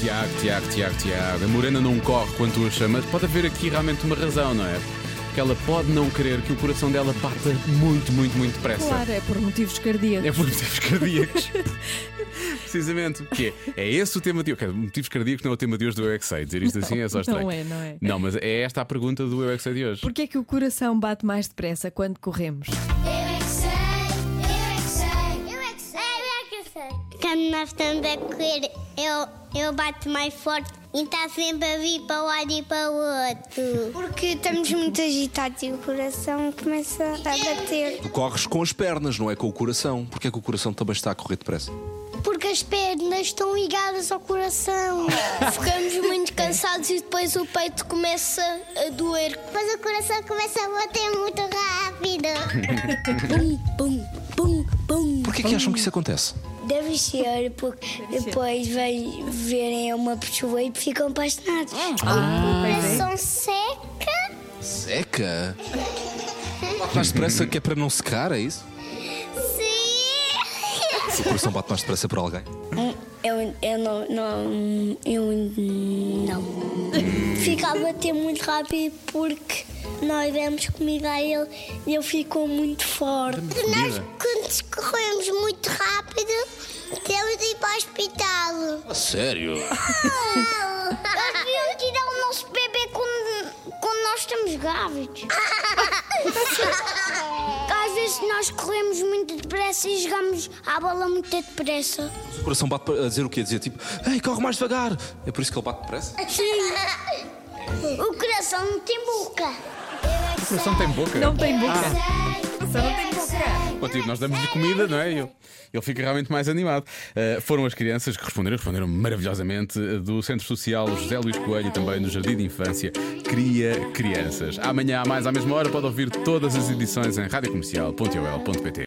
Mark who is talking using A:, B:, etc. A: Tiago, Tiago, Tiago, Tiago. A Morena não corre quando tu a chamas. Pode haver aqui realmente uma razão, não é? Porque ela pode não querer que o coração dela bata muito, muito, muito depressa.
B: Claro, é por motivos cardíacos.
A: É por motivos cardíacos. Precisamente. Que é, é esse o tema de hoje. Motivos cardíacos não é o tema de hoje do Eu é Que Sei. Dizer isto assim é só estranho.
B: Não é, não é.
A: Não, mas é esta a pergunta do Eu é Que Sei de hoje.
B: Porquê é que o coração bate mais depressa quando corremos?
C: Quando nós estamos a correr, eu, eu bato mais forte e está sempre a vir para um lado e para o outro. Porque estamos muito agitados e o coração começa a bater.
D: Tu corres com as pernas, não é com o coração. Porquê é que o coração também está a correr depressa?
C: Porque as pernas estão ligadas ao coração. Ficamos muito cansados e depois o peito começa a doer. Depois o coração começa a bater muito rápido.
E: Pum, pum, pum, pum.
D: Porquê é que acham que isso acontece?
C: Deve ser, porque depois vem, verem uma pessoa e ficam apaixonados. o coração seca.
D: Seca? Bate mais depressa que é para não secar, é isso?
C: Sim.
D: O coração bate mais depressa por alguém.
C: Eu, eu não, não. Eu não. Fica a bater muito rápido porque nós demos comida a ele e ele ficou muito forte. Nós, quando corremos muito rápido, temos de ir para o hospital.
D: A sério?
C: Nós devíamos tirar o nosso bebê quando, quando nós estamos grávidos. Às vezes nós corremos muito depressa e jogamos à bola muito depressa.
D: O coração bate para- a dizer o quê? A dizer tipo, ei, corre mais devagar. É por isso que ele bate depressa?
C: O coração não tem boca.
A: O coração tem boca.
B: Não tem boca.
A: Bom, tipo, nós damos-lhe comida, não é? E Ele, ele fica realmente mais animado. Uh, foram as crianças que responderam, responderam maravilhosamente, uh, do Centro Social José Luís Coelho e também no Jardim de Infância Cria Crianças. Amanhã, mais à mesma hora, pode ouvir todas as edições em radiocomercial.ol.pt.